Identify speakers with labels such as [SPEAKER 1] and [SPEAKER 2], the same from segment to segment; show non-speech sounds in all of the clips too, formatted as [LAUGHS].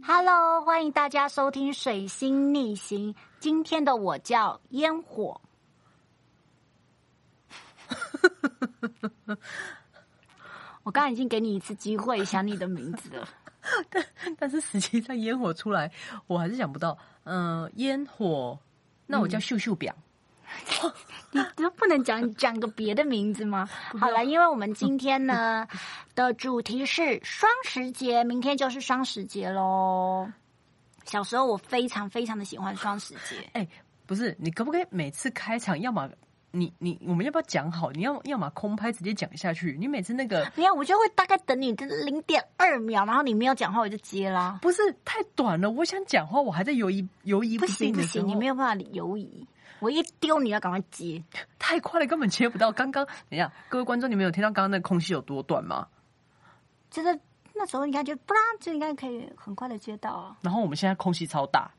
[SPEAKER 1] 欢迎大家收听《水星逆行》。今天的我叫烟火。 [LAUGHS] 我刚刚已经给你一次机会想你的名字了。
[SPEAKER 2] 但是实际上烟火出来，我还是想不到。嗯、烟火，那我叫秀秀表。
[SPEAKER 1] [LAUGHS] 你都不能讲讲个别的名字吗？好了，因为我们今天呢的主题是双十节，明天就是双十节喽。小时候我非常非常的喜欢双十节，
[SPEAKER 2] 哎、不是，你可不可以每次开场，要么你你我们要不要讲好？你要要么空拍直接讲下去。你每次那个
[SPEAKER 1] 没有，我就会大概等你零点二秒，然后你没有讲话我就接啦。
[SPEAKER 2] 不是太短了，我想讲话，我还在犹疑犹疑
[SPEAKER 1] 不
[SPEAKER 2] 定
[SPEAKER 1] 行不
[SPEAKER 2] 的时
[SPEAKER 1] 行，
[SPEAKER 2] 候，
[SPEAKER 1] 你没有办法犹疑，我一丢你要赶快接。
[SPEAKER 2] 太快了，根本接不到。刚刚等一下，各位观众，你们有听到刚刚那个空隙有多短吗？
[SPEAKER 1] 真的，那时候应该就不啦，就应该可以很快的接到啊。
[SPEAKER 2] 然后我们现在空隙超大，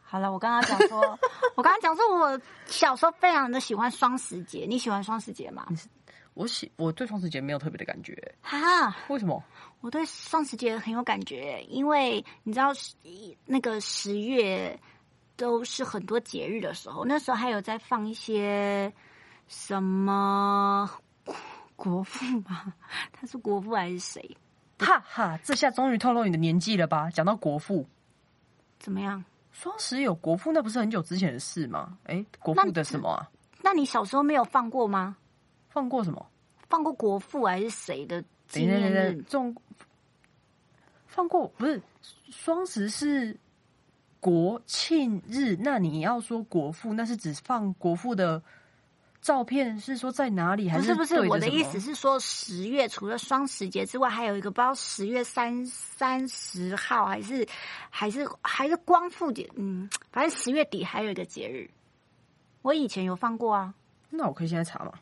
[SPEAKER 1] 好了，我刚刚讲
[SPEAKER 2] [LAUGHS]
[SPEAKER 1] 说，我刚刚讲说，我小时候非常的喜欢双十节，你喜欢双十节吗？
[SPEAKER 2] 我喜我对双十节没有特别的感觉，
[SPEAKER 1] 哈，
[SPEAKER 2] 为什么？
[SPEAKER 1] 我对双十节很有感觉，因为你知道十一那个十月都是很多节日的时候，那时候还有在放一些什么国父吧，他是国父还是谁？
[SPEAKER 2] 哈哈，这下终于透露你的年纪了吧？讲到国父，
[SPEAKER 1] 怎么样？
[SPEAKER 2] 双十有国父，那不是很久之前的事吗？哎，国
[SPEAKER 1] 那
[SPEAKER 2] 父的什么啊？
[SPEAKER 1] 那你小时候没有放过吗？
[SPEAKER 2] 放过什么？
[SPEAKER 1] 放过国父还是谁的纪
[SPEAKER 2] 等一下，
[SPEAKER 1] 念
[SPEAKER 2] 等一
[SPEAKER 1] 日
[SPEAKER 2] 下，？中放过不是双十是国庆日，那你要说国父，那是只放国父的照片，是说在哪里？还
[SPEAKER 1] 不是不是，
[SPEAKER 2] 对着
[SPEAKER 1] 我的
[SPEAKER 2] 什么
[SPEAKER 1] 意思是说，十月除了双十节之外，还有一个不知道十月三三十号还是还是还是光复节，嗯，反正十月底还有一个节日，我以前有放过啊。
[SPEAKER 2] 那我可以现在查吗？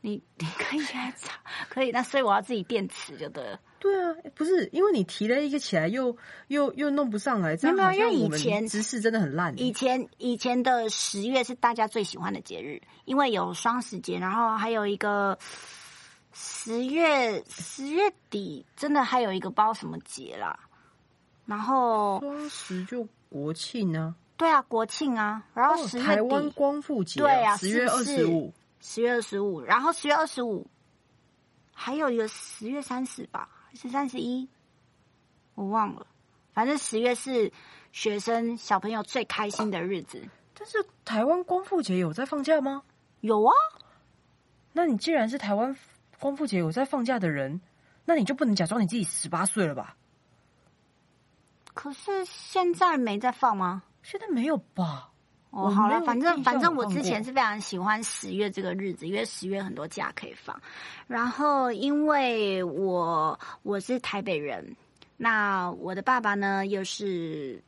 [SPEAKER 1] 你 [LAUGHS] 你可以现在查，可以。那所以我要自己电池就对了。
[SPEAKER 2] 对啊，不是因为你提了一个起来又又又弄不上来，这样
[SPEAKER 1] 没有
[SPEAKER 2] 好像
[SPEAKER 1] 因为
[SPEAKER 2] 我
[SPEAKER 1] 以
[SPEAKER 2] 们
[SPEAKER 1] 前
[SPEAKER 2] 知识真的很烂欸、
[SPEAKER 1] 以前以前的十月是大家最喜欢的节日，因为有双十节，然后还有一个十月十月底，真的还有一个不知道什么节啦。然后
[SPEAKER 2] 双十就国庆啊，
[SPEAKER 1] 对啊，国庆啊，然后
[SPEAKER 2] 哦
[SPEAKER 1] 十月
[SPEAKER 2] 台湾
[SPEAKER 1] 底，
[SPEAKER 2] 光复节、
[SPEAKER 1] 对啊
[SPEAKER 2] 十月
[SPEAKER 1] 是不是
[SPEAKER 2] 二十五，
[SPEAKER 1] 十月二十五，然后十月二十五，还有一个十月三十吧，是三十一，我忘了。反正十月是学生小朋友最开心的日子。
[SPEAKER 2] 但是台湾光复节有在放假吗？
[SPEAKER 1] 有啊，
[SPEAKER 2] 那你既然是台湾光复节有在放假的人，那你就不能假装你自己十八岁了吧？
[SPEAKER 1] 可是现在没在放吗？
[SPEAKER 2] 现在没有吧？
[SPEAKER 1] 哦，
[SPEAKER 2] 我
[SPEAKER 1] 好
[SPEAKER 2] 没
[SPEAKER 1] 了，
[SPEAKER 2] 有
[SPEAKER 1] 反
[SPEAKER 2] 印
[SPEAKER 1] 正反
[SPEAKER 2] 象
[SPEAKER 1] 正
[SPEAKER 2] 有
[SPEAKER 1] 我
[SPEAKER 2] 放
[SPEAKER 1] 之前
[SPEAKER 2] 过
[SPEAKER 1] 是非常喜欢十月这个日子，因为十月很多假可以放。然后因为我我是台北人，那我的爸爸呢又是，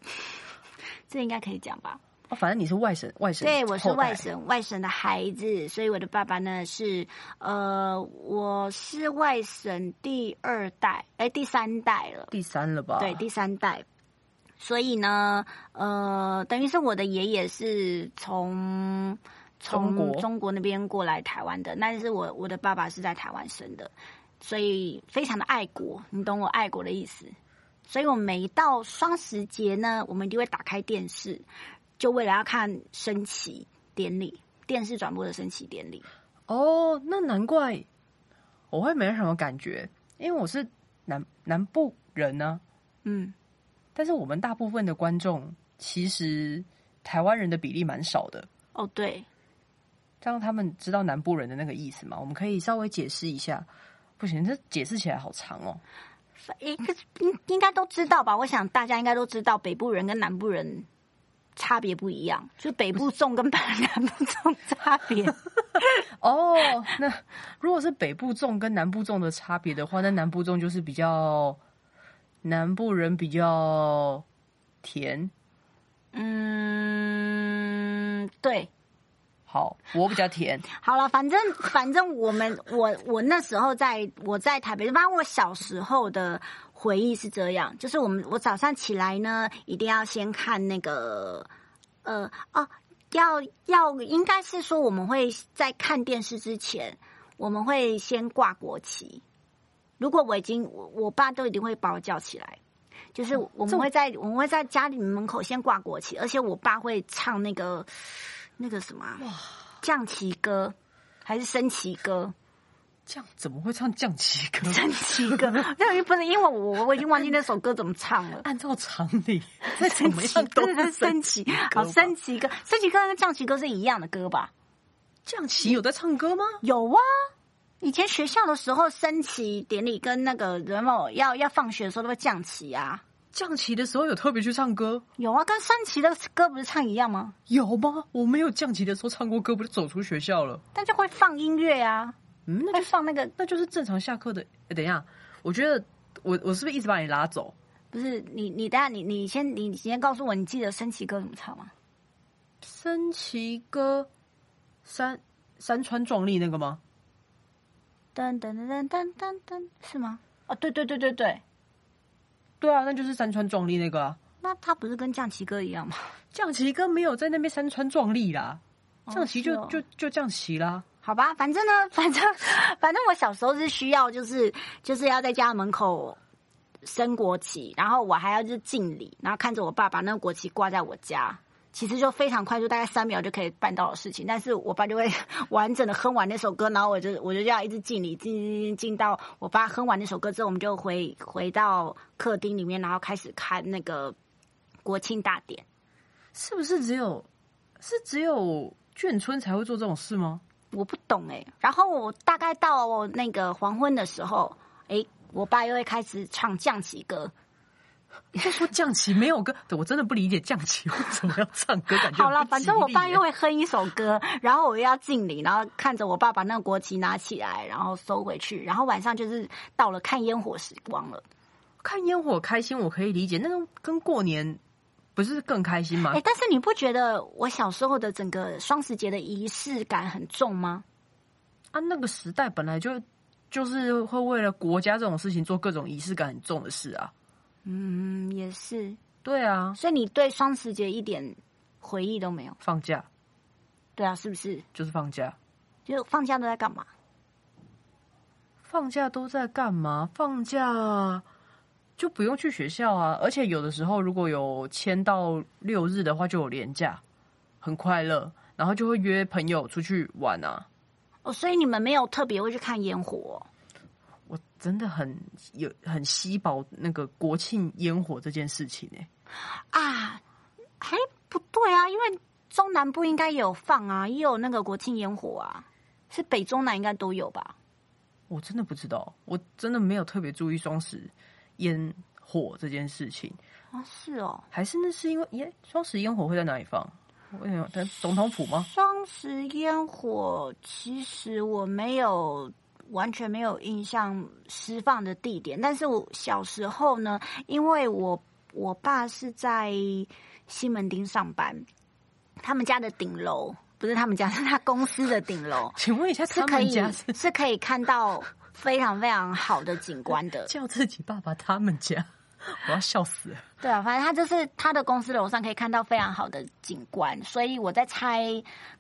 [SPEAKER 1] 这应该可以讲吧？
[SPEAKER 2] 哦，反正你是外省，外省
[SPEAKER 1] 对，我是
[SPEAKER 2] 后代
[SPEAKER 1] 外。省外省的孩子，所以我的爸爸呢是呃，我是外省第二代，哎，第三代了。
[SPEAKER 2] 第三了吧？
[SPEAKER 1] 对，第三代。所以呢，呃，等于是我的爷爷是从从
[SPEAKER 2] 中国
[SPEAKER 1] 中国那边过来台湾的，但是我我的爸爸是在台湾生的，所以非常的爱国，你懂我爱国的意思。所以我每一到双十节呢，我们就会打开电视，就为了要看升旗典礼，电视转播的升旗典礼。
[SPEAKER 2] 哦，那难怪我会没什么感觉，因为我是南南部人呢、
[SPEAKER 1] 嗯，
[SPEAKER 2] 但是我们大部分的观众其实台湾人的比例蛮少的，
[SPEAKER 1] 哦对，
[SPEAKER 2] 让他们知道南部人的那个意思嘛。我们可以稍微解释一下。不行，这解释起来好长哦。
[SPEAKER 1] 应应应该都知道吧？我想大家应该都知道，北部人跟南部人差别不一样，就是北部重跟南部重差别。
[SPEAKER 2] 哦， [LAUGHS] 那如果是北部粽跟南部粽的差别的话，那南部粽就是比较南部人比较甜。
[SPEAKER 1] 嗯，对。
[SPEAKER 2] 好，我比较甜，
[SPEAKER 1] 好了，反正反正我们我我那时候在我在台北，反正我小时候的回忆是这样，就是我们我早上起来呢，一定要先看那个呃哦，要要应该是说我们会在看电视之前，我们会先挂国旗。如果我已经我我爸都一定会把我叫起来，就是我们会在我们会在家里门口先挂国旗，而且我爸会唱那个那个什么啊降旗歌，还是升旗歌？
[SPEAKER 2] 这样怎么会唱降旗歌？
[SPEAKER 1] 升旗 [LAUGHS] 歌，那不是因为我我已经忘记那首歌怎么唱 [LAUGHS] 了。
[SPEAKER 2] 按照常理，那
[SPEAKER 1] 升
[SPEAKER 2] 怎么
[SPEAKER 1] 旗
[SPEAKER 2] 样都
[SPEAKER 1] 歌是升旗，好，
[SPEAKER 2] 歌吧
[SPEAKER 1] 升旗歌，升旗歌跟降旗歌是一样的歌吧？
[SPEAKER 2] 降旗有在唱歌吗？
[SPEAKER 1] 有啊，以前学校的时候升旗典礼跟那个人某要要放学的时候都会降旗啊。
[SPEAKER 2] 降旗的时候有特别去唱歌
[SPEAKER 1] 有啊，跟升旗的歌不是唱一样吗？
[SPEAKER 2] 有吗？我没有降旗的时候唱过歌，不就走出学校了？
[SPEAKER 1] 但就会放音乐啊，
[SPEAKER 2] 嗯，那
[SPEAKER 1] 会
[SPEAKER 2] 就
[SPEAKER 1] 放那个
[SPEAKER 2] 那就是正常下课的。诶等一下，我觉得我我是不是一直把你拉走？
[SPEAKER 1] 不是你你等下你你先你你先告诉我，你记得升旗歌怎么唱吗？
[SPEAKER 2] 升旗歌，山山川壮丽那个吗？
[SPEAKER 1] 噔噔噔噔噔噔噔，是吗？哦，对对对对对，
[SPEAKER 2] 对啊，那就是山川壮丽那个啊。
[SPEAKER 1] 那它不是跟降旗歌一样吗？
[SPEAKER 2] 降旗歌没有在那边山川壮丽啦，降旗就是
[SPEAKER 1] 哦
[SPEAKER 2] 就就降旗啦。
[SPEAKER 1] 好吧，反正呢，反正反正我小时候是需要，就是就是要在家门口升国旗，然后我还要就是敬礼，然后看着我爸把那个国旗挂在我家。其实就非常快速，大概三秒就可以办到的事情。但是我爸就会完整的哼完那首歌，然后我就我就要一直敬礼，敬敬敬敬到我爸哼完那首歌之后，我们就回回到客厅里面，然后开始看那个国庆大典。
[SPEAKER 2] 是不是只有是只有眷村才会做这种事吗？ [LAUGHS]
[SPEAKER 1] 我不懂哎、然后我大概到我那个黄昏的时候，哎、我爸又会开始唱降旗歌。
[SPEAKER 2] 就说降旗没有歌，对我真的不理解降旗为什么要唱歌，感觉
[SPEAKER 1] 好
[SPEAKER 2] 了
[SPEAKER 1] 了，，反正我爸又会哼一首歌，然后我又要敬礼，然后看着我爸把那个国旗拿起来，然后收回去，然后晚上就是到了看烟火时光了。
[SPEAKER 2] 看烟火开心，我可以理解，那个跟过年不是更开心吗？
[SPEAKER 1] 哎、但是你不觉得我小时候的整个双十节的仪式感很重吗？
[SPEAKER 2] 啊，那个时代本来就就是会为了国家这种事情做各种仪式感很重的事啊。
[SPEAKER 1] 嗯，也是。
[SPEAKER 2] 对啊，
[SPEAKER 1] 所以你对双十节一点回忆都没有？
[SPEAKER 2] 放假
[SPEAKER 1] 对啊，是不是？
[SPEAKER 2] 就是放假，
[SPEAKER 1] 就放假都在干嘛？
[SPEAKER 2] 放假都在干嘛？放假就不用去学校啊，而且有的时候如果有签到六日的话，就有连假，很快乐，然后就会约朋友出去玩啊。
[SPEAKER 1] 哦，所以你们没有特别会去看烟火哦、
[SPEAKER 2] 我真的很有很稀薄那个国庆烟火这件事情哎、
[SPEAKER 1] 啊，还不对啊，因为中南部应该也有放啊，也有那个国庆烟火啊，是北中南应该都有吧？
[SPEAKER 2] 我真的不知道，我真的没有特别注意双十烟火这件事情，
[SPEAKER 1] 啊，是哦，
[SPEAKER 2] 还是那是因为烟双十烟火会在哪里放？我有在总统府吗？ [LAUGHS]
[SPEAKER 1] 双十烟火其实我没有。完全没有印象释放的地点，但是我小时候呢，因为我我爸是在西门町上班，他们家的顶楼不是他们家， [LAUGHS] 是他公司的顶楼，
[SPEAKER 2] 请问一下，
[SPEAKER 1] 是
[SPEAKER 2] 他
[SPEAKER 1] 可
[SPEAKER 2] 们
[SPEAKER 1] 以
[SPEAKER 2] 家是。
[SPEAKER 1] 是可以看到非常非常好的景观的
[SPEAKER 2] 叫自己爸爸他们家？ [LAUGHS] 我要笑死了！
[SPEAKER 1] [LAUGHS] 对啊，反正他就是他的公司楼上可以看到非常好的景观，所以我在猜，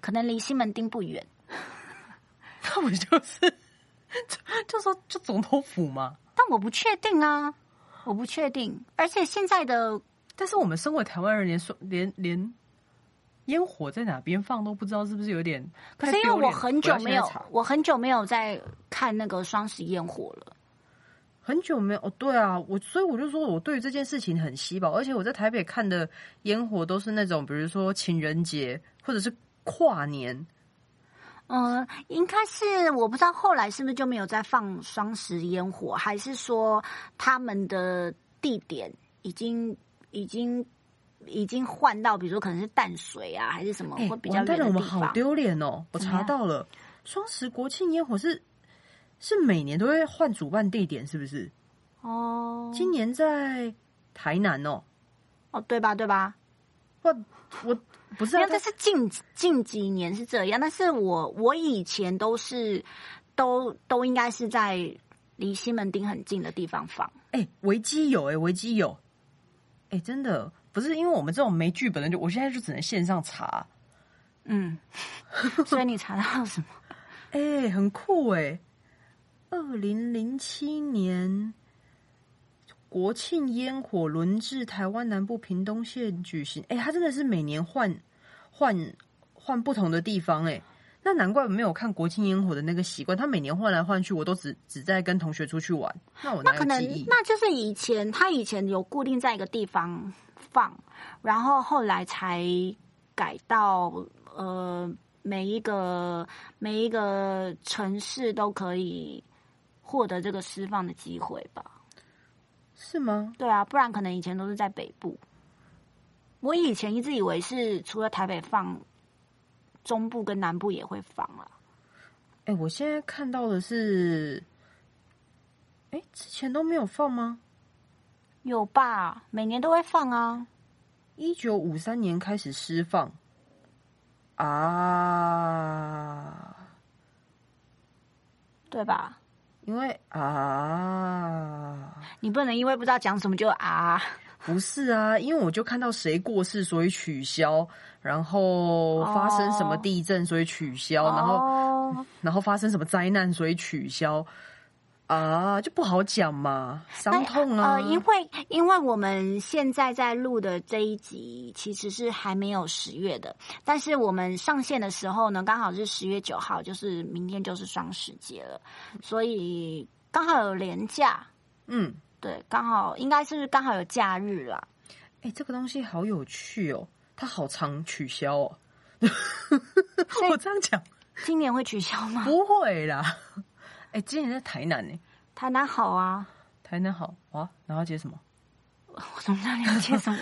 [SPEAKER 1] 可能离西门町不远。
[SPEAKER 2] 他们就是就就说就总统府嘛。
[SPEAKER 1] 但我不确定啊，我不确定。而且现在的
[SPEAKER 2] 但是我们身为台湾人连说，连连烟火在哪边放都不知道，是不是有点
[SPEAKER 1] 可
[SPEAKER 2] 太
[SPEAKER 1] 是
[SPEAKER 2] 丢
[SPEAKER 1] 因
[SPEAKER 2] 脸
[SPEAKER 1] 为
[SPEAKER 2] 了？
[SPEAKER 1] 我很久没
[SPEAKER 2] 我要
[SPEAKER 1] 有
[SPEAKER 2] 现在查，
[SPEAKER 1] 我很久没有在看那个双十烟火了。
[SPEAKER 2] 很久没有哦，对啊，我所以我就说我对于这件事情很稀薄，而且我在台北看的烟火都是那种，比如说情人节或者是跨年，
[SPEAKER 1] 嗯，应该是我不知道后来是不是就没有再放双十烟火，还是说他们的地点已经已经已经换到，比如说可能是淡水啊，还是什么会比较
[SPEAKER 2] 哎
[SPEAKER 1] 远
[SPEAKER 2] 完
[SPEAKER 1] 的
[SPEAKER 2] 蛋了，我
[SPEAKER 1] 地
[SPEAKER 2] 们好
[SPEAKER 1] 方。
[SPEAKER 2] 丢脸哦！我
[SPEAKER 1] 怎么
[SPEAKER 2] 查
[SPEAKER 1] 样
[SPEAKER 2] 到了，双十国庆烟火是是每年都会换主办地点，是不是？
[SPEAKER 1] 哦，
[SPEAKER 2] 今年在台南哦，
[SPEAKER 1] 哦，对吧，对吧？
[SPEAKER 2] 我我不是、
[SPEAKER 1] 没
[SPEAKER 2] 啊
[SPEAKER 1] 有，，这是近近几年是这样，但是我我以前都是都都应该是在离西门町很近的地方放。
[SPEAKER 2] 哎、维基有哎、维基有，哎、真的不是因为我们这种没剧本的，就我现在就只能线上查，
[SPEAKER 1] 嗯， [LAUGHS] 所以你查到了什么？
[SPEAKER 2] 哎、很酷哎、二零零七年国庆烟火轮至台湾南部屏东县举行。哎、它真的是每年换换换不同的地方哎、那难怪我没有看国庆烟火的那个习惯，他每年换来换去，我都只只在跟同学出去玩。那我
[SPEAKER 1] 那
[SPEAKER 2] 哪
[SPEAKER 1] 可
[SPEAKER 2] 有
[SPEAKER 1] 能
[SPEAKER 2] 记忆？
[SPEAKER 1] 那就是以前他以前有固定在一个地方放，然后后来才改到呃每一个每一个城市都可以获得这个释放的机会吧。
[SPEAKER 2] 是吗？
[SPEAKER 1] 对啊，不然可能以前都是在北部。我以前一直以为是除了台北放，中部跟南部也会放啊啦。
[SPEAKER 2] 哎、我现在看到的是，哎、之前都没有放吗？
[SPEAKER 1] 有吧？每年都会放啊。
[SPEAKER 2] 一九五三年开始释放啊，
[SPEAKER 1] 对吧？
[SPEAKER 2] 因为啊，
[SPEAKER 1] 你不能因为不知道讲什么就啊，
[SPEAKER 2] 不是啊，因为我就看到谁过世，所以取消，然后发生什么地震，所以取消，哦然
[SPEAKER 1] 哦
[SPEAKER 2] 后
[SPEAKER 1] 后
[SPEAKER 2] 然后发生什么灾难，所以取消啊，就不好讲嘛，伤痛啊，
[SPEAKER 1] 呃，因为因为我们现在在录的这一集其实是还没有十月的，但是我们上线的时候呢，刚好是十月九号，就是明天就是双十节了，所以刚好有连假，
[SPEAKER 2] 嗯，
[SPEAKER 1] 对，刚好应该是刚好有假日啦。
[SPEAKER 2] 哎、这个东西好有趣哦，它好常取消哦。 [LAUGHS] 我这样讲
[SPEAKER 1] 今年会取消吗？
[SPEAKER 2] [LAUGHS] 不会啦。哎、今年在台南呢、
[SPEAKER 1] 台南好啊，
[SPEAKER 2] 台南好哇，然后接什么？
[SPEAKER 1] 我从这里了解什么？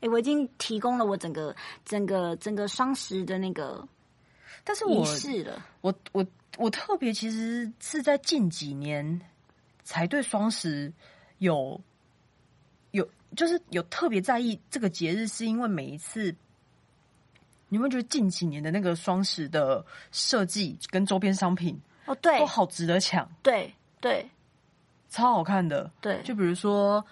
[SPEAKER 1] 哎、我已 [LAUGHS] 经提供了我整个整个整个双十的那个
[SPEAKER 2] 但是
[SPEAKER 1] 仪
[SPEAKER 2] 我
[SPEAKER 1] 式了。
[SPEAKER 2] 我我我特别其实是在近几年才对双十有有就是有特别在意这个节日，是因为每一次。你有没有觉得近几年的那个双十的设计跟周边商品
[SPEAKER 1] 哦，对
[SPEAKER 2] 都好值得抢，
[SPEAKER 1] 对对
[SPEAKER 2] 超好看的？
[SPEAKER 1] 对，
[SPEAKER 2] 就比如说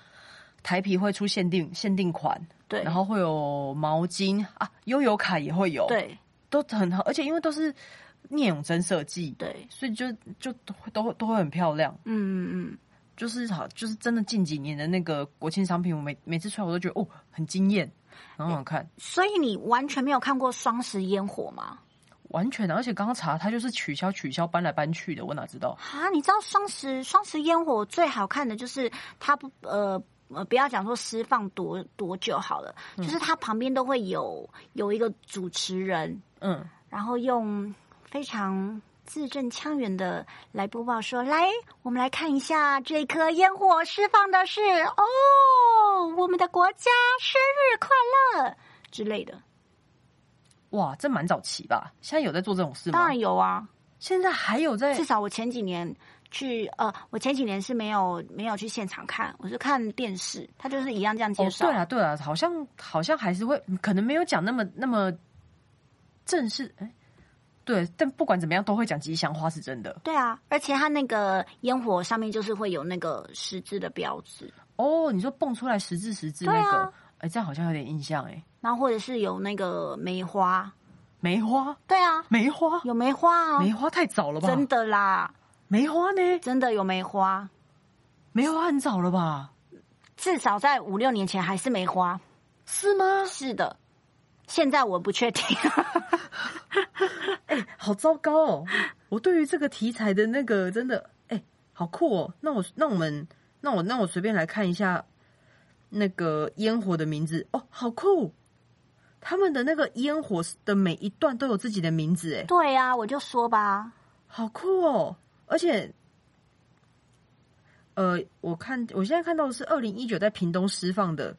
[SPEAKER 2] 台皮会出限定限定款，
[SPEAKER 1] 对，
[SPEAKER 2] 然后会有毛巾啊，悠游卡也会有，，
[SPEAKER 1] 对
[SPEAKER 2] 都很好，而且因为都是聂永真设计，
[SPEAKER 1] 对，
[SPEAKER 2] 所以就就都会都会都会很漂亮。
[SPEAKER 1] 嗯嗯
[SPEAKER 2] 就是好，就是真的近几年的那个国庆商品，我每每次穿我都觉得哦，很惊艳，很好看，
[SPEAKER 1] 嗯，所以你完全没有看过双十烟火吗？
[SPEAKER 2] 完全啊的。而且刚刚查，它就是取消取消搬来搬去的，我哪知道？
[SPEAKER 1] 啊，你知道双十双十烟火最好看的就是它不呃。呃，不要讲说释放多多久好了，就是它旁边都会有有一个主持人，
[SPEAKER 2] 嗯，
[SPEAKER 1] 然后用非常字正腔圆的来播报说：“来，我们来看一下这颗烟火释放的是哦，我们的国家生日快乐之类的。
[SPEAKER 2] 哇，这蛮早期吧？现在有在做这种”事
[SPEAKER 1] 当
[SPEAKER 2] 吗
[SPEAKER 1] 然？有啊，
[SPEAKER 2] 现在还有在
[SPEAKER 1] 至少我前几年去呃，我前几年是没有没有去现场看，我是看电视，它就是一样这样介
[SPEAKER 2] 哦，
[SPEAKER 1] 绍。
[SPEAKER 2] 对啊，对啊，好像好像还是会，可能没有讲那么那么正式，哎，对，但不管怎么样都会讲吉祥话是真的。
[SPEAKER 1] 对啊，而且它那个烟火上面就是会有那个十字的标志，
[SPEAKER 2] 哦，你说蹦出来十字十字
[SPEAKER 1] 对
[SPEAKER 2] 那
[SPEAKER 1] 啊
[SPEAKER 2] 个，哎、这样好像有点印象哎。
[SPEAKER 1] 然后或者是有那个梅花。
[SPEAKER 2] 梅花，
[SPEAKER 1] 对啊，
[SPEAKER 2] 梅花，
[SPEAKER 1] 有梅花啊，
[SPEAKER 2] 梅花太早了吧？
[SPEAKER 1] 真的啦，
[SPEAKER 2] 梅花呢？
[SPEAKER 1] 真的有梅花，
[SPEAKER 2] 梅花很早了吧？
[SPEAKER 1] 至少在五六年前还是梅花。
[SPEAKER 2] 是吗？
[SPEAKER 1] 是的，现在我不确定。 [LAUGHS]
[SPEAKER 2] 好糟糕哦！我对于这个题材的那个真的，哎、好酷哦！那我那我们那我那我随便来看一下那个烟火的名字哦，好酷！他们的那个烟火的每一段都有自己的名字，哎，
[SPEAKER 1] 对啊，我就说吧，
[SPEAKER 2] 好酷哦！而且，呃，我看我现在看到的是二零一九在屏东释放的，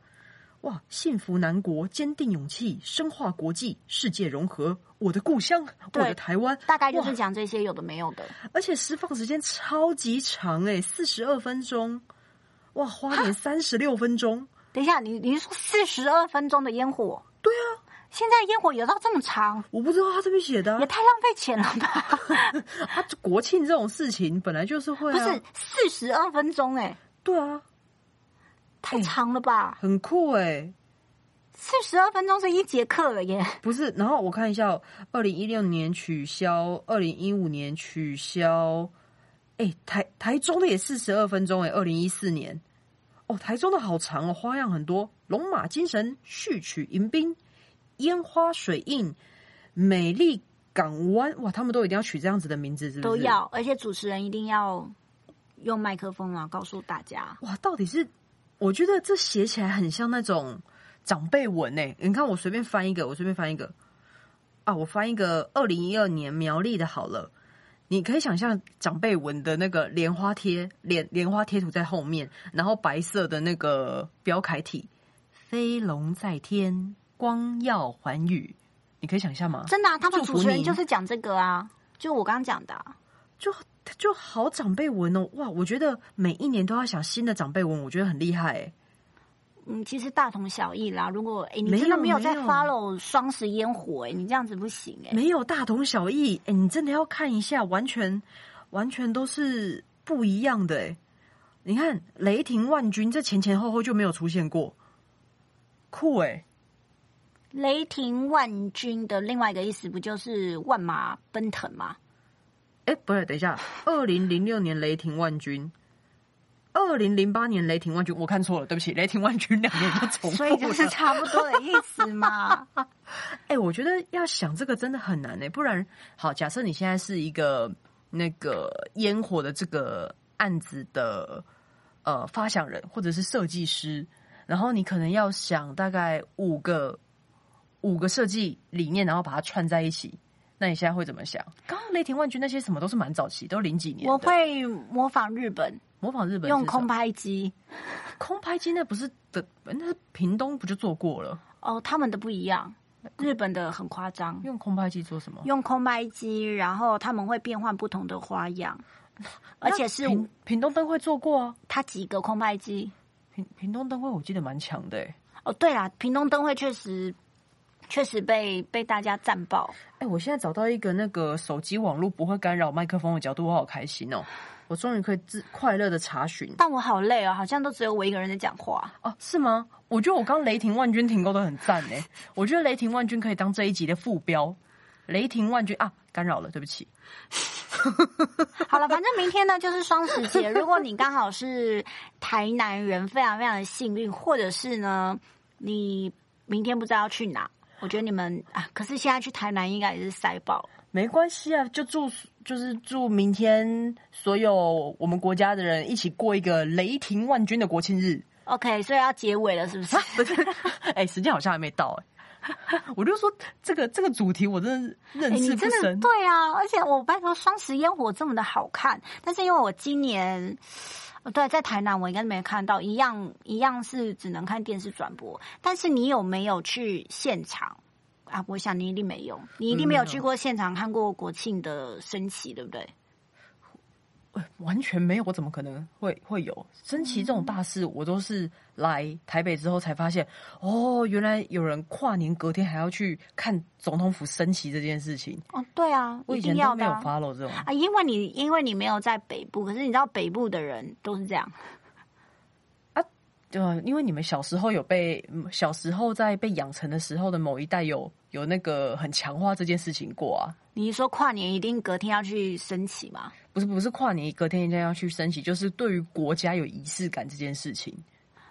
[SPEAKER 2] 哇！幸福南国，坚定勇气，深化国际，世界融合，我的故乡，我
[SPEAKER 1] 对
[SPEAKER 2] 的台湾，
[SPEAKER 1] 大概就是
[SPEAKER 2] 哇
[SPEAKER 1] 讲这些有的没有的。
[SPEAKER 2] 而且释放时间超级长哎、四十二分钟，哇，花
[SPEAKER 1] 啊
[SPEAKER 2] 莲三十六分钟，
[SPEAKER 1] 等一下，你你是说四十二分钟的烟火？
[SPEAKER 2] 对啊，
[SPEAKER 1] 现在烟火有到这么长，
[SPEAKER 2] 我不知道他这边写的
[SPEAKER 1] 也
[SPEAKER 2] 啊，
[SPEAKER 1] 太浪费钱了
[SPEAKER 2] [LAUGHS]
[SPEAKER 1] 吧？
[SPEAKER 2] 啊这国庆这种事情本来就是会、啊，
[SPEAKER 1] 不是，四十二分钟、哎，
[SPEAKER 2] 对啊，
[SPEAKER 1] 太长了吧？
[SPEAKER 2] 很酷哎、
[SPEAKER 1] 四十二分钟是一节课了耶。
[SPEAKER 2] 不是，然后我看一下，哦二零一六年取消，二零一五年取消，哎、台台中的也四十二分钟哎、2二零一四年，哦，台中的好长哦，花样很多，龙马精神、序曲迎宾、烟花水印、美丽港湾，哇，他们都一定要取这样子的名嗯字，是不是？
[SPEAKER 1] 都要，而且主持人一定要用麦克风啊，告诉大家。
[SPEAKER 2] 哇，到底是？我觉得这写起来很像那种长辈文呢、你看，我随便翻一个，我随便翻一个啊，我翻一个二零一二年苗栗的好了。你可以想象长辈文的那个莲花贴，莲莲花贴图在后面，然后白色的那个标楷体“飞龙在天，光耀寰宇”，你可以想象吗？
[SPEAKER 1] 真的、啊，他们
[SPEAKER 2] 祝福
[SPEAKER 1] 主持人
[SPEAKER 2] 您
[SPEAKER 1] 就是讲这个啊，就我刚刚讲的啊、
[SPEAKER 2] 就就好长辈文哦，哇！我觉得每一年都要想新的长辈文，我觉得很厉害欸。
[SPEAKER 1] 嗯，其实大同小异啦。如果哎、你
[SPEAKER 2] 没
[SPEAKER 1] 真的
[SPEAKER 2] 有
[SPEAKER 1] 没有在
[SPEAKER 2] 没有
[SPEAKER 1] follow 双十烟火、哎，你这样子不行哎、
[SPEAKER 2] 没有大同小异。哎、你真的要看一下，完全完全都是不一样的。哎，你看雷霆万钧这前前后后就没有出现过，酷哎！
[SPEAKER 1] 雷霆万钧的另外一个意思不就是万马奔腾吗？
[SPEAKER 2] 哎、不是，等一下，二零零六年雷霆万钧。二零零八年雷霆万钧，我看错了，对不起，雷霆万钧两年都重复
[SPEAKER 1] 所以就是
[SPEAKER 2] 了
[SPEAKER 1] 差不多的意思嘛。
[SPEAKER 2] 哎、我觉得要想这个真的很难哎、不然好，假设你现在是一个那个烟火的这个案子的呃发想人或者是设计师，然后你可能要想大概五个五个设计理念，然后把它串在一起。那你现在会怎么想？刚刚雷霆万钧那些什么都是蛮早期，都零几年的。
[SPEAKER 1] 我会模仿日本，
[SPEAKER 2] 模仿日本
[SPEAKER 1] 用
[SPEAKER 2] 是
[SPEAKER 1] 空
[SPEAKER 2] 什么
[SPEAKER 1] 拍机
[SPEAKER 2] 空拍机，那不是的，那是屏东不就做过了？
[SPEAKER 1] 哦，他们的不一样，
[SPEAKER 2] 嗯
[SPEAKER 1] 日本的很夸张。
[SPEAKER 2] 用空拍机做什么？
[SPEAKER 1] 用空拍机，然后他们会变换不同的花样，而且是
[SPEAKER 2] 那屏屏东灯会做过啊。
[SPEAKER 1] 它几个空拍机。
[SPEAKER 2] 屏屏东灯会我记得蛮强的、欸，
[SPEAKER 1] 哦，对啦，屏东灯会确实确实被被大家赞爆。
[SPEAKER 2] 哎、我现在找到一个那个手机网络不会干扰麦克风的角度，我好开心哦！ [SIGHS] 我终于可以自快乐的查询
[SPEAKER 1] 但我好累哦，好像都只有我一个人在讲话。
[SPEAKER 2] 哦、是吗？我觉得我刚雷霆万钧停购的很赞 [LAUGHS] 哎、我觉得雷霆万钧可以当这一集的副标，雷霆万钧啊，干扰了，对不起，
[SPEAKER 1] 好了，反正明天呢就是双十节。如果你刚好是台南人，非常非常的幸运，或者是呢你明天不知道要去哪，我觉得你们啊，可是现在去台南应该也是塞爆了。
[SPEAKER 2] 没关系啊，就祝就是祝明天所有我们国家的人一起过一个雷霆万钧的国庆日。
[SPEAKER 1] OK，所以要结尾了，是不是？
[SPEAKER 2] [LAUGHS] 不是，哎、时间好像还没到哎、我就说这个这个主题我真的是认
[SPEAKER 1] 哎
[SPEAKER 2] 识
[SPEAKER 1] 你
[SPEAKER 2] 不
[SPEAKER 1] 真的
[SPEAKER 2] 深。
[SPEAKER 1] 对啊，而且我拜托双十烟火这么的好看，但是因为我今年。呃对，在台南我应该没看到，一样一样是只能看电视转播。但是你有没有去现场啊？我想你一定没有，你嗯一定没有
[SPEAKER 2] 没有
[SPEAKER 1] 去过现场看过国庆的升旗，对不对？
[SPEAKER 2] 完全没有，我怎么可能会会有升旗这种
[SPEAKER 1] 嗯
[SPEAKER 2] 大事？我都是来台北之后才发现，哦，原来有人跨年隔天还要去看总统府升旗这件事情，
[SPEAKER 1] 哦，对啊，
[SPEAKER 2] 我
[SPEAKER 1] 一
[SPEAKER 2] 以
[SPEAKER 1] 定
[SPEAKER 2] 前
[SPEAKER 1] 要
[SPEAKER 2] 都没
[SPEAKER 1] 的
[SPEAKER 2] 有
[SPEAKER 1] 啊
[SPEAKER 2] follow 这种。
[SPEAKER 1] 啊，因为你因为你没有在北部，可是你知道北部的人都是这样，
[SPEAKER 2] 对啊，因为你们小时候有被嗯小时候在被养成的时候的某一代有有那个很强化这件事情过啊。
[SPEAKER 1] 你一说跨年一定隔天要去升旗嘛？
[SPEAKER 2] 不是不是跨年隔天一定要去升旗，就是对于国家有仪式感这件事情。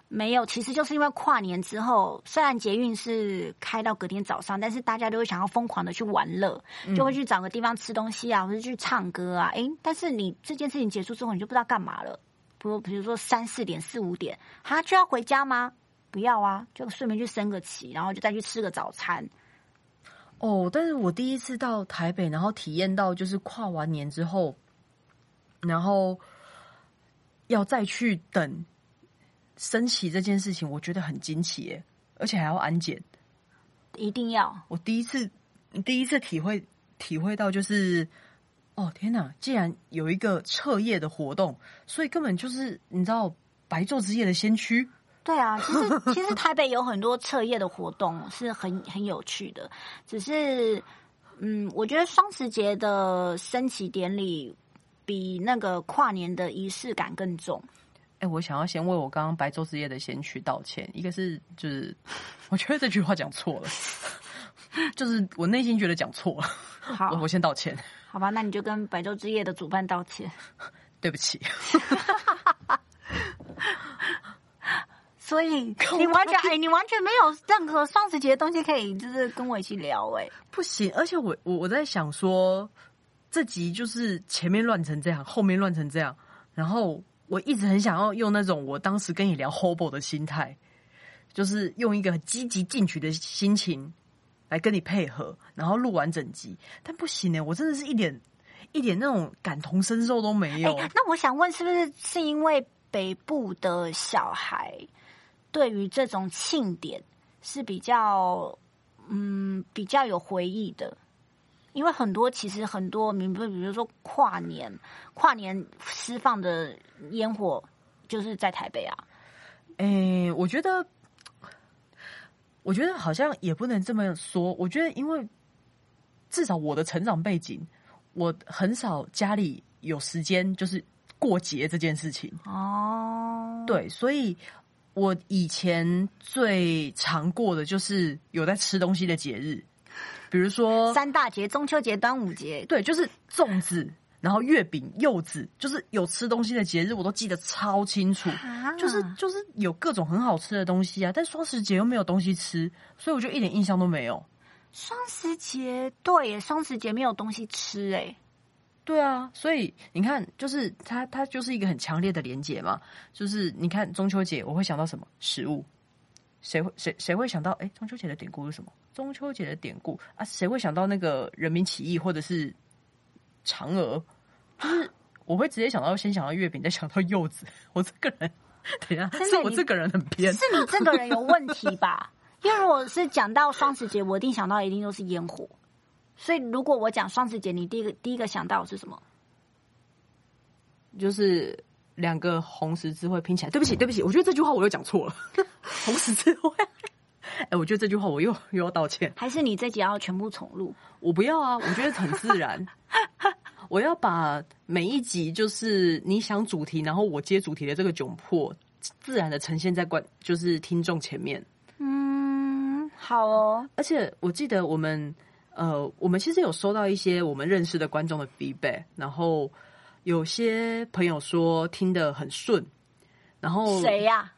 [SPEAKER 1] 没有，其实就是因为跨年之后，虽然捷运是开到隔天早上，但是大家都会想要疯狂的去玩乐，就会去找个地方吃东西啊，或者去唱歌啊。诶，但是你这件事情结束之后，你就不知道干嘛了。比如比如说三四点、四五点，哈，就要回家吗？不要啊，就顺便去升个旗，然后就再去吃个早餐。
[SPEAKER 2] 哦，但是我第一次到台北，然后体验到就是跨完年之后，然后要再去等升旗这件事情，我觉得很惊奇耶，而且还要安检。
[SPEAKER 1] 一定要
[SPEAKER 2] 我第一次第一次体会体会到就是，哦天哪，既然有一个彻夜的活动，所以根本就是你知道白昼之夜的先驱。
[SPEAKER 1] 对啊，其实其实台北有很多彻夜的活动是很很有趣的，只是嗯，我觉得双十节的升旗典礼比那个跨年的仪式感更重。
[SPEAKER 2] 哎、我想要先为我刚刚白昼之夜的先驱道歉。一个是就是，我觉得这句话讲错了， [LAUGHS] 就是我内心觉得讲错了，
[SPEAKER 1] 好
[SPEAKER 2] 我，我先道歉，
[SPEAKER 1] 好吧，那你就跟白昼之夜的主办道歉。
[SPEAKER 2] 对不起。
[SPEAKER 1] 所以你完全哎、你完全没有任何双十节的东西可以就是跟我一起聊哎、
[SPEAKER 2] 不行，而且我我我在想说，这集就是前面乱成这样，后面乱成这样，然后我一直很想要用那种我当时跟你聊 Hobo 的心态，就是用一个很积极进取的心情来跟你配合，然后录完整集，但不行呢、欸我真的是一点一点那种感同身受都没有。
[SPEAKER 1] 哎，那我想问，是不是是因为北部的小孩对于这种庆典是比较嗯比较有回忆的？因为很多其实很多，你不比如说跨年，跨年释放的烟火就是在台北啊。
[SPEAKER 2] 诶、我觉得，我觉得好像也不能这么说。我觉得，因为至少我的成长背景，我很少家里有时间就是过节这件事情。
[SPEAKER 1] 哦，
[SPEAKER 2] 对，所以我以前最常过的就是有在吃东西的节日，比如说
[SPEAKER 1] 三大节：中秋节、端午节。
[SPEAKER 2] 对，就是粽子，然后月饼、柚子，就是有吃东西的节日，我都记得超清楚。就是
[SPEAKER 1] 嗯
[SPEAKER 2] 就是有各种很好吃的东西啊，但双十节又没有东西吃，所以我就一点印象都没有。
[SPEAKER 1] 双十节，对耶，双十节没有东西吃哎。
[SPEAKER 2] 对啊，所以你看，就是它它就是一个很强烈的连结嘛。就是你看中秋节，我会想到什么食物？谁会谁谁会想到？哎，中秋节的典故是什么？中秋节的典故啊，谁会想到那个人民起义或者是嫦娥？就是我会直接想到，先想到月饼，再想到柚子。我这个人， [LAUGHS] 等一下，
[SPEAKER 1] 真的
[SPEAKER 2] 是我
[SPEAKER 1] 你
[SPEAKER 2] 这个人很偏。
[SPEAKER 1] 是你这个人有问题吧？ [LAUGHS] 因为如果是讲到双十节，我一定想到的一定都是烟火。所以如果我讲双十节，你第一个第一个想到的是什么？
[SPEAKER 2] 就是两个红十字会拼起来。对不起，对不起，我觉得这句话我又讲错 [LAUGHS] 了。红十字会，哎、我觉得这句话我又又要道歉。
[SPEAKER 1] 还是你这集要全部重录？
[SPEAKER 2] [LAUGHS] 我不要啊，我觉得很自然。 [LAUGHS] 我要把每一集就是你想主题，然后我接主题的这个窘迫，自然的呈现在观就是听众前面。
[SPEAKER 1] 嗯，好哦。
[SPEAKER 2] 而且我记得我们呃，我们其实有收到一些我们认识的观众的 feedback，然后有些朋友说听得很顺，然后
[SPEAKER 1] 谁呀、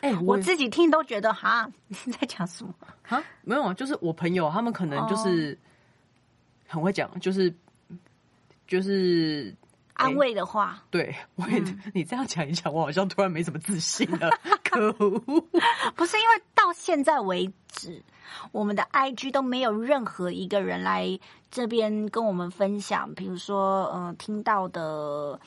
[SPEAKER 2] 哎、
[SPEAKER 1] 我
[SPEAKER 2] 我
[SPEAKER 1] 自己听都觉得哈，你在讲什么？
[SPEAKER 2] 啊，没有啊，就是我朋友他们可能就是
[SPEAKER 1] 哦
[SPEAKER 2] 很会讲，就是就是
[SPEAKER 1] 安慰的话，
[SPEAKER 2] 对我也、
[SPEAKER 1] 嗯
[SPEAKER 2] [LAUGHS] 你这样讲一讲，我好像突然没什么自信
[SPEAKER 1] [LAUGHS]
[SPEAKER 2] 了，可恶！
[SPEAKER 1] 不是因为到现在为止，我们的 IG 都没有任何一个人来这边跟我们分享，比如说，呃，听到的，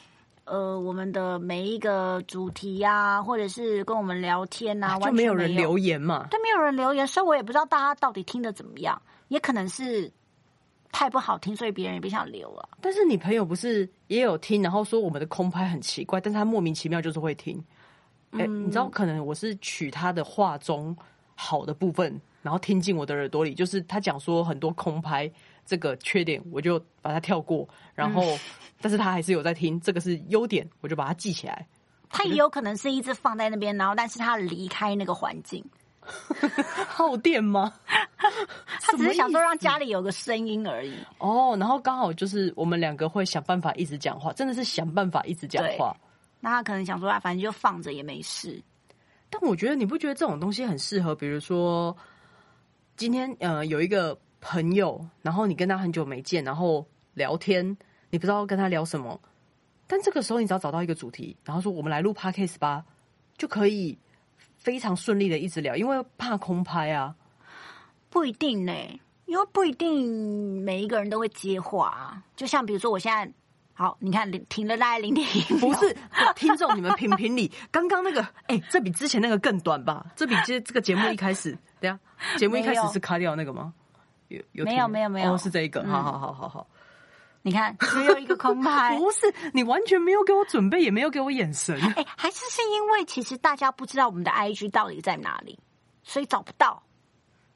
[SPEAKER 1] 呃，我们的每一个主题呀、或者是跟我们聊天呐、啊，
[SPEAKER 2] 就
[SPEAKER 1] 完全
[SPEAKER 2] 没
[SPEAKER 1] 没
[SPEAKER 2] 有人，留言嘛，
[SPEAKER 1] 对，没有人留言，所以我也不知道大家到底听的怎么样，也可能是太不好听，所以别人也不想留啊了。
[SPEAKER 2] 但是你朋友不是也有听，然后说我们的空拍很奇怪，但是他莫名其妙就是会听。
[SPEAKER 1] 嗯
[SPEAKER 2] 哎、你知道，可能我是取他的话中好的部分，然后听进我的耳朵里。就是他讲说很多空拍这个缺点，我就把它跳过。然后，
[SPEAKER 1] 嗯
[SPEAKER 2] [LAUGHS] 但是他还是有在听，这个是优点，我就把它记起来。
[SPEAKER 1] 他也有可能是一直放在那边，然后但是他离开那个环境，
[SPEAKER 2] 耗电 [LAUGHS] 吗？
[SPEAKER 1] 他只
[SPEAKER 2] 什么
[SPEAKER 1] 是想说
[SPEAKER 2] 意思
[SPEAKER 1] 让家里有个声音而已。
[SPEAKER 2] 哦，然后刚好就是我们两个会想办法一直讲话，真的是想办法一直讲话。
[SPEAKER 1] 那他可能想说啊，反正就放着也没事。
[SPEAKER 2] 但我觉得你不觉得这种东西很适合，比如说今天呃有一个朋友，然后你跟他很久没见，然后聊天，你不知道跟他聊什么，但这个时候你只要找到一个主题，然后说我们来录 podcast 吧，就可以非常顺利的一直聊，因为怕空拍啊。
[SPEAKER 1] 不一定呢、因为不一定每一个人都会接话啊。就像比如说，我现在好，你看零停了大概零点一秒，
[SPEAKER 2] 不
[SPEAKER 1] [LAUGHS]
[SPEAKER 2] 是听众，你们评评理，刚刚那个，哎、这比之前那个更短吧？这比这这个节目一开始，等一下节目一开
[SPEAKER 1] 没
[SPEAKER 2] 始
[SPEAKER 1] 有
[SPEAKER 2] 是卡掉那个吗？有有
[SPEAKER 1] 没
[SPEAKER 2] 听
[SPEAKER 1] 有
[SPEAKER 2] 吗
[SPEAKER 1] 没有没有
[SPEAKER 2] 哦，是这一个，
[SPEAKER 1] 嗯
[SPEAKER 2] 好好好好好，
[SPEAKER 1] 你看只有一个空拍。
[SPEAKER 2] [LAUGHS] 不是你完全没有给我准备，也没有给我眼神，
[SPEAKER 1] 哎、还是是因为其实大家不知道我们的 IG 到底在哪里，所以找不到。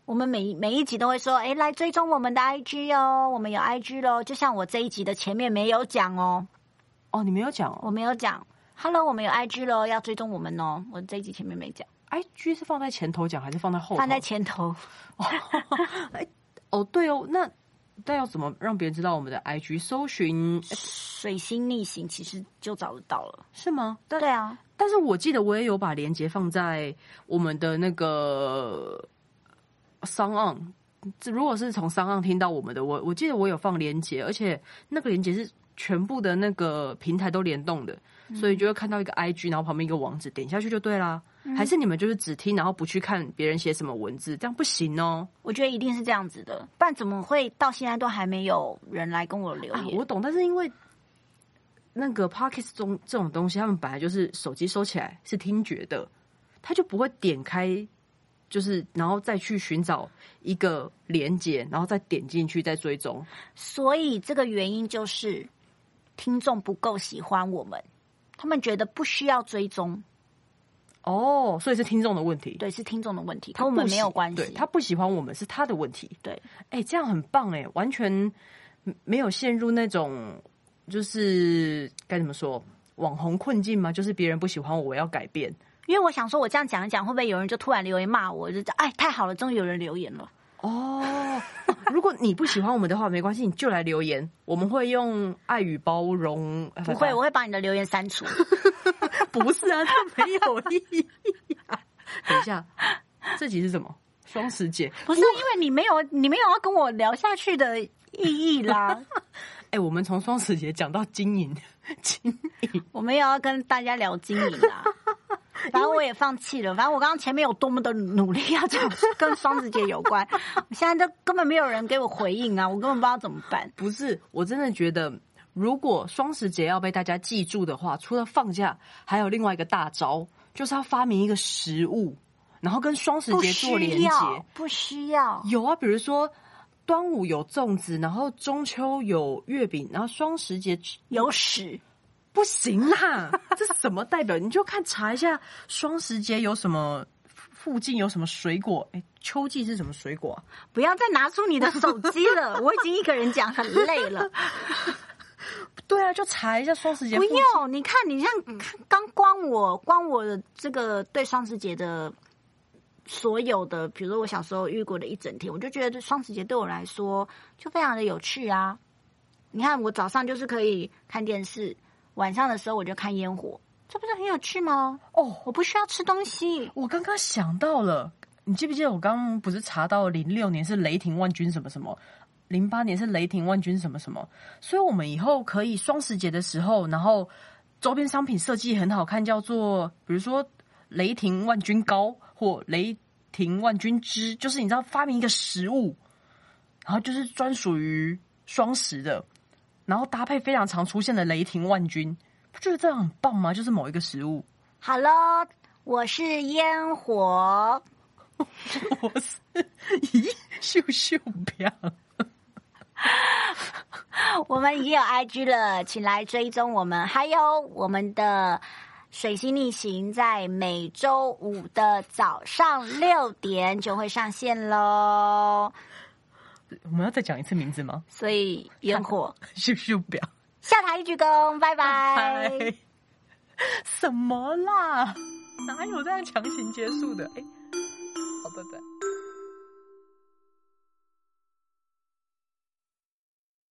[SPEAKER 1] 我们每一每一集都会说，哎、来追踪我们的 IG 哦，我们有 IG 咯。就像我这一集的前面没有讲哦，
[SPEAKER 2] [LAUGHS] 哦，你没有讲、哦、
[SPEAKER 1] 我没有讲，Hello，我们有 IG 咯，要追踪我们哦。我这一集前面没讲，
[SPEAKER 2] ，IG 是放哦在前头讲还是放在后头？
[SPEAKER 1] 放在前头。
[SPEAKER 2] 哦，对哦，那但要怎么让别人知道我们的 IG 搜寻
[SPEAKER 1] 水星逆行其实就找得到了。
[SPEAKER 2] 是吗？但
[SPEAKER 1] 对啊，
[SPEAKER 2] 但是我记得我也有把链接放在我们的那个 s o n on，如果是从 s o n on 听到我们的，我我记得我有放链接，而且那个链接是全部的那个平台都联动的，所以就会看到一个 IG，然后旁边一个网址，点下去就对啦。还是你们就是只听，然后不去看别人写什么文字，这样不行哦、
[SPEAKER 1] 我觉得一定是这样子的，不然怎么会到现在都还没有人来跟我留
[SPEAKER 2] 啊，
[SPEAKER 1] 言？
[SPEAKER 2] 我懂，但是因为那个 Pockets 中这种东西，他们本来就是手机收起来是听觉的，他就不会点开，就是然后再去寻找一个连接，然后再点进去再追踪。
[SPEAKER 1] 所以这个原因就是听众不够喜欢我们，他们觉得不需要追踪，
[SPEAKER 2] 哦，所以是听众的问题，
[SPEAKER 1] 对，是听众的问题，
[SPEAKER 2] 他
[SPEAKER 1] 跟我们
[SPEAKER 2] 不喜
[SPEAKER 1] 没有关
[SPEAKER 2] 对
[SPEAKER 1] 系。
[SPEAKER 2] 他不喜欢我们是他的问题。
[SPEAKER 1] 对，
[SPEAKER 2] 哎、这样很棒哎、完全没有陷入那种就是该怎么说网红困境吗？就是别人不喜欢我，我要改变。
[SPEAKER 1] 因为我想说，我这样讲一讲，会不会有人就突然留言骂我？就讲，哎，太好了，终于有人留言了。
[SPEAKER 2] 哦，如果你不喜欢我们的话，没关系，你就来留言，我们会用爱与包容。呃
[SPEAKER 1] 不会，我会把你的留言删
[SPEAKER 2] [LAUGHS]
[SPEAKER 1] 除。
[SPEAKER 2] 不是啊，这没有意义、
[SPEAKER 1] [LAUGHS]
[SPEAKER 2] 等一下， [LAUGHS] 这集是什么？双十节？
[SPEAKER 1] 不是因为你没有，你没有要跟我聊下去的意义
[SPEAKER 2] [LAUGHS]
[SPEAKER 1] 啦。
[SPEAKER 2] 哎、我们从双十节讲到经营，经营
[SPEAKER 1] 我没有要跟大家聊经营 [LAUGHS] 啦。反正我也放弃了。反正我刚刚前面有多么的努力要讲跟双子节有 [LAUGHS] 关，现在都根本没有人给我回应啊！我根本不知道怎么办。
[SPEAKER 2] 不是，我真的觉得，如果双十节要被大家记住的话，除了放假，还有另外一个大招，就是要发明一个食物，然后跟双十
[SPEAKER 1] 不
[SPEAKER 2] 节做连
[SPEAKER 1] 需
[SPEAKER 2] 接。
[SPEAKER 1] 要，不需要。
[SPEAKER 2] 有啊，比如说端午有粽子，然后中秋有月饼，然后双十节
[SPEAKER 1] 有屎，
[SPEAKER 2] 不行
[SPEAKER 1] [LAUGHS]
[SPEAKER 2] 啦，这是什么代表？你就看查一下双十节有什么。附近有什么水果？哎、秋季是什么水果啊、
[SPEAKER 1] 不要再拿出你的手机了， [LAUGHS] 我已经一个人讲很累了。
[SPEAKER 2] 对啊，就查一下双十节
[SPEAKER 1] 不
[SPEAKER 2] 附近。
[SPEAKER 1] 要，你看，你像刚光我光我的这个对双十节的所有的，比如说我小时候遇过的一整天，我就觉得双十节对我来说就非常的有趣啊。你看，我早上就是可以看电视，晚上的时候我就看烟火，这不是很有趣吗？
[SPEAKER 2] 哦，
[SPEAKER 1] 我不需要吃东西，
[SPEAKER 2] 我刚刚想到了，你记不记得我刚刚不是查到零六年是雷霆万钧什么什么，零八年是雷霆万钧什么什么，所以我们以后可以双十节的时候，然后周边商品设计很好看，叫做比如说雷霆万钧膏或雷霆万钧汁，就是你知道发明一个食物，然后就是专属于双十的，然后搭配非常常出现的雷霆万钧，不觉得这样很棒吗？就是某一个食物。
[SPEAKER 1] 好喽，我是烟火，
[SPEAKER 2] [LAUGHS] 我是咦，秀秀表，
[SPEAKER 1] [LAUGHS] 我们已经有 IG 了，请来追踪我们。还有我们的水星逆行在每周五的早上六点就会上线喽，
[SPEAKER 2] 我们要再讲一次名字吗？ [LAUGHS]
[SPEAKER 1] 所以烟火
[SPEAKER 2] 秀秀表，
[SPEAKER 1] 下台一鞠躬，拜拜。
[SPEAKER 2] [LAUGHS] 嗨，什么啦？哪有这样强行结束的？哎、好，拜拜。